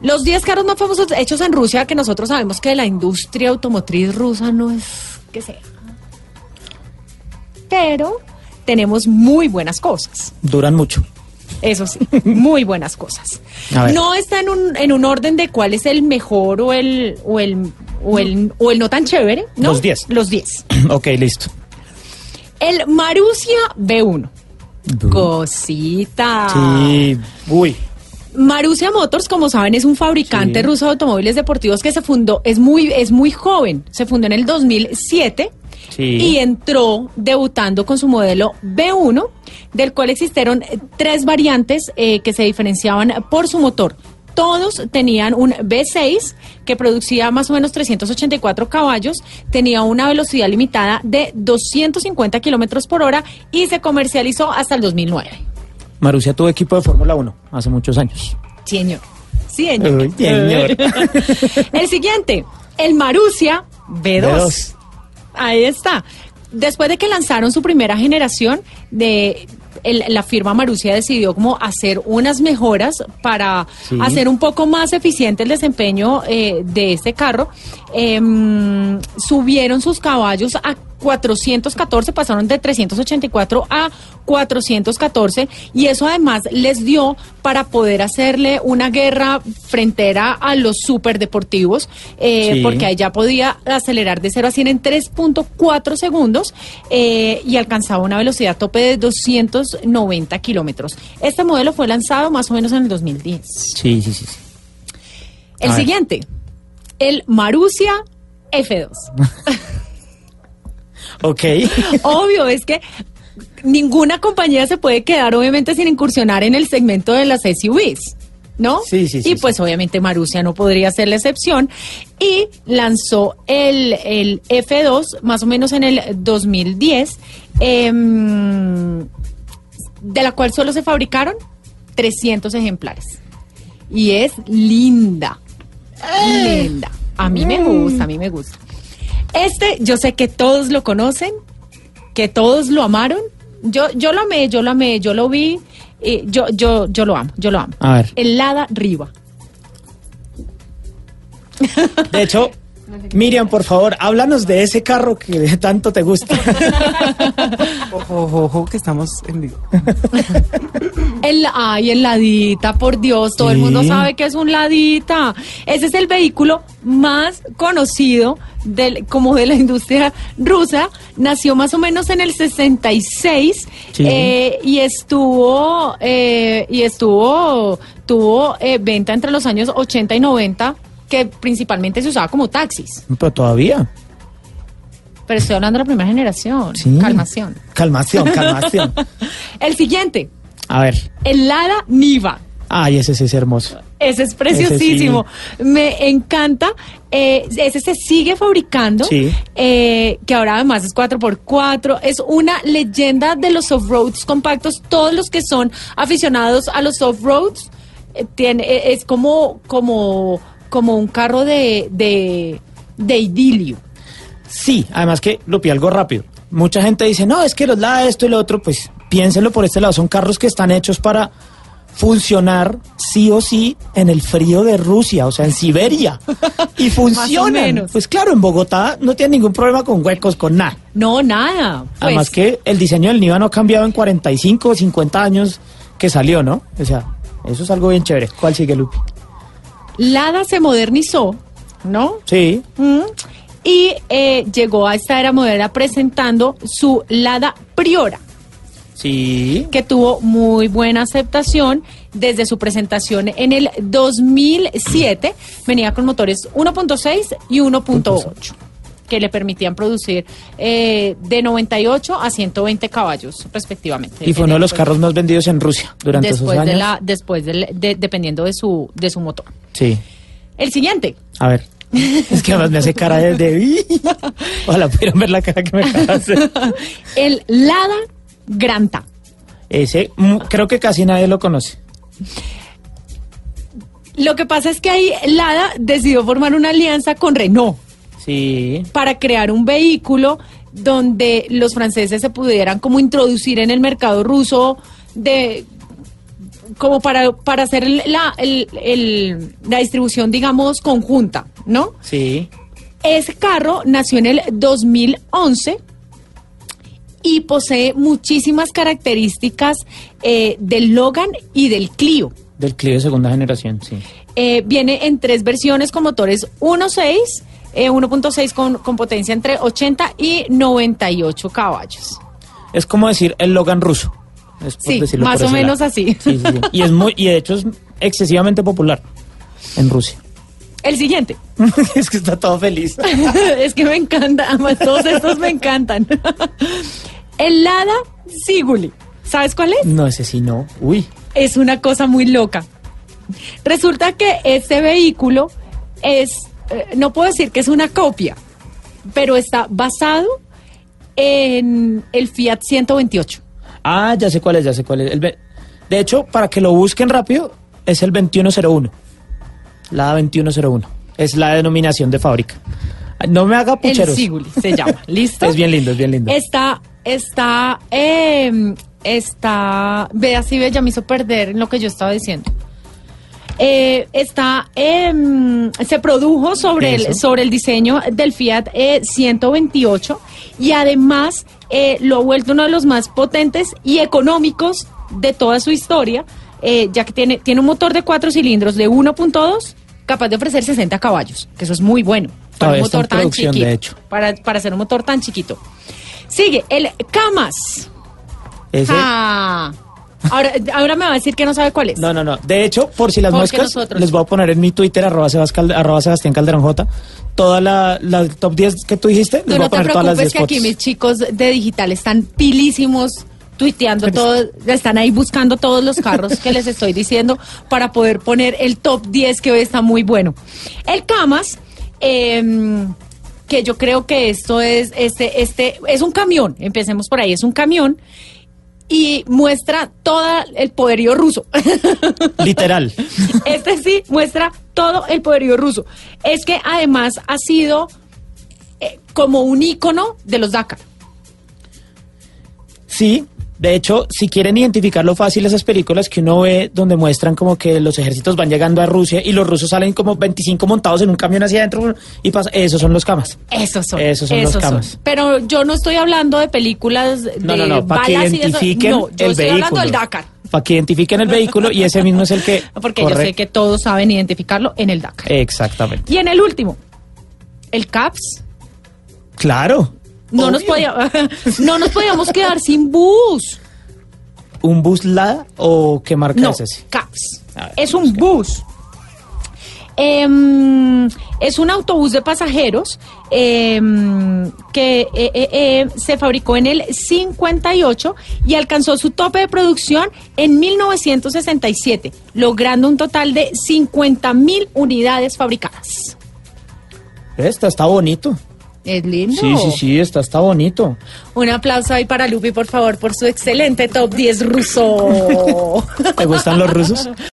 Los 10 carros más famosos hechos en Rusia que nosotros sabemos que la industria automotriz rusa no es que sea. Pero tenemos muy buenas cosas. Duran mucho. Eso sí, muy buenas cosas. A ver. No está en un, en un orden de cuál es el mejor o el o el o el, o el no tan chévere, ¿no? Los 10. Los 10. ok, listo. El Marussia B1. Cosita. Sí. Uy. Marussia Motors, como saben, es un fabricante Sí. ruso de automóviles deportivos que se fundó, es muy, es muy joven, se fundó en el 2007 Sí. y entró debutando con su modelo B1, del cual existieron eh, tres variantes eh, que se diferenciaban por su motor. Todos tenían un V6 que producía más o menos 384 caballos, tenía una velocidad limitada de 250 kilómetros por hora y se comercializó hasta el 2009. Marusia tuvo equipo de Fórmula 1 hace muchos años. Señor. Sí, señor. Uy, señor. El siguiente, el Marussia B2. B2. Ahí está. Después de que lanzaron su primera generación, de el- la firma Marussia decidió como hacer unas mejoras para Sí. hacer un poco más eficiente el desempeño eh, de este carro. Em, subieron sus caballos a 414, pasaron de 384 a 414 y eso además les dio para poder hacerle una guerra frentera a los superdeportivos, eh, Sí. porque ahí ya podía acelerar de 0 a 100 en 3.4 segundos eh, y alcanzaba una velocidad tope de 290 kilómetros. Este modelo fue lanzado más o menos en el 2010. Sí, sí, sí. sí. El A ver. siguiente, el Marussia F2. Ok. Obvio, es que ninguna compañía se puede quedar obviamente sin incursionar en el segmento de las SUVs. ¿No? Sí, sí, sí, Y pues sí. obviamente Marussia no podría ser la excepción. Y lanzó el, el F2 más o menos en el 2010, em, de la cual solo se fabricaron 300 ejemplares. Y es linda. Linda. A mí me gusta, a mí me gusta. Este yo sé que todos lo conocen, que todos lo amaron. Yo, yo lo amé, yo lo amé, yo lo vi. eh, yo, yo, yo lo amo, yo lo amo. A ver. El Lada Riva. De hecho, Miriam, por favor, háblanos de ese carro que tanto te gusta. Ojo, ojo, ojo, que estamos en vivo. El, ay, el Ladita, por Dios, todo el Sí. mundo sabe que es un Ladita. Ese es el vehículo más conocido del, como de la industria rusa. Nació más o menos en el 66 Sí. eh, y estuvo, eh, y estuvo, tuvo eh, venta entre los años 80 y 90 que principalmente se usaba como taxis, Pero todavía. pero estoy hablando de la primera generación, Sí. calmación. Calmación, calmación. El siguiente, A ver. el Lada Niva. Ay, ese sí es hermoso. Ese es preciosísimo. Me encanta. Eh, ese se sigue fabricando. Sí. eh, que ahora además es 4x4. Es una leyenda de los off-roads compactos. Todos los que son aficionados a los off-roads, eh, tiene- eh, es como, como, como un carro de, de, de idilio. Sí, además que lo pide algo rápido. Mucha gente dice, no, es que los da esto y lo otro, pues piénsenlo por este lado. Son carros que están hechos para funcionar sí o sí en el frío de Rusia, o sea, en Siberia. Y funcionan. menos. Pues claro, en Bogotá no tienen ningún problema con huecos, con nada. No, nada. Pues, Además que el diseño del Niva no ha cambiado en 45 o 50 años que salió, ¿no? O sea, eso es algo bien chévere. ¿Cuál sigue, Lupi? Lada se modernizó, ¿no? Sí. Mm. Y eh, llegó a esta era moderna presentando su Lada Priora, Sí. que tuvo muy buena aceptación desde su presentación en el 2007. Venía con motores 1.6 y 1.8 que le permitían producir eh, de 98 a 120 caballos respectivamente. Y En fue uno de el- los carros más vendidos en Rusia durante esos después años. de la después del- de- dependiendo de su de su motor. Sí, Sí. El siguiente. A ver. Es que además me hace cara de... de... Ojalá pudieran ver la cara que me acaba de hacer. El Lada Granta. Ese mm, creo que casi nadie lo conoce. Lo que pasa es que ahí Lada decidió formar una alianza con Renault Sí. para crear un vehículo donde los franceses se pudieran como introducir en el mercado ruso de como para, para hacer la, el- el- la distribución, digamos, conjunta, ¿no? Sí. Ese carro nació en el 2011 y posee muchísimas características eh, del Logan y del Clio. Del Clio de segunda generación, sí. Eh, viene en tres versiones con motores 1.6, eh, 1.6 con, con potencia entre 80 y 98 caballos. Es como decir el Logan ruso. Es por Sí, decirlo más o por ese menos lado. así. Sí, sí, sí. Y, es muy, y de hecho es excesivamente popular en Rusia. El siguiente. es que está todo feliz. es que me encanta, además todos estos me encantan. El Lada Siguli. ¿Sabes cuál es? No, ese sí no. Uy. Es una cosa muy loca. Resulta que este vehículo es, eh, no puedo decir que es una copia, pero está basado en el Fiat 128. Ah, ya sé cuál es, ya sé cuál es. El ve- de hecho, para que lo busquen rápido, es el 2101. La 2101. Es la denominación de fábrica. Ay, No me haga pucheros. El Siguli se llama. ¿Listo? Es bien lindo, es bien lindo. Está, está, eh, está. Ve así, ve, ya me hizo perder en lo que yo estaba diciendo. Eh, está, em, se produjo sobre el, Eso. sobre el diseño del Fiat eh, 128 y además eh, lo ha vuelto uno de los más potentes y económicos de toda su historia, eh, ya que tiene, tiene un motor de cuatro cilindros de 1.2 capaz de ofrecer 60 caballos, que eso es muy bueno para un Todavía está en motor tan producción, de chiquito. hecho. Para, para ser un motor tan chiquito. Sigue, el Camas. Ese- Ah. Ahora, ahora me va a decir que no sabe cuál es. No, no, no. De hecho, por si las Porque moscas, nosotros. les voy a poner en mi Twitter, arroba, Sebas Cal- arroba Sebastián Calderón J, toda la, la top 10 que tú dijiste, les Tú voy a no te poner todas las 10 preocupes que aquí fotos. mis chicos de digital están pilísimos tuiteando todo, están ahí buscando todos los carros que les estoy diciendo para poder poner el top 10 que hoy está muy bueno. El Camas, eh, que yo creo que esto es, este, este, es un camión, empecemos por ahí, es un camión y muestra todo el poderío ruso. Literal. Este sí muestra todo el poderío ruso. Es que además ha sido eh, como un ícono de los DACA. Sí, de hecho, si quieren identificarlo fácil, esas películas que uno ve donde muestran como que los ejércitos van llegando a Rusia y los rusos salen como 25 montados en un camión hacia adentro y pasa, esos son los camas. Esos son. Esos son los camas. Pero yo no estoy hablando de películas de No, no, no, para que balas y de eso. identifiquen No, yo el estoy vehículo. hablando del Dakar. Para que identifiquen el vehículo y ese mismo es el que... Porque yo corre. sé que todos saben identificarlo en el Eh. Dakar. Exactamente. Y en el último, el CAPS. Claro. No nos, podía- no nos podíamos quedar sin bus. ¿Un bus LADA o qué marca No, es ese? CAPS. A ver, Es un bus. Em, es un autobús de pasajeros em, que eh, eh, eh, se fabricó en el 58 y alcanzó su tope de producción en 1967, logrando un total de 50 mil unidades fabricadas. Esta está bonito. Es lindo. Sí, sí, sí, esta está bonito. Un aplauso ahí para Lupi, por favor, por su excelente top 10 ruso. ¿Te gustan los rusos?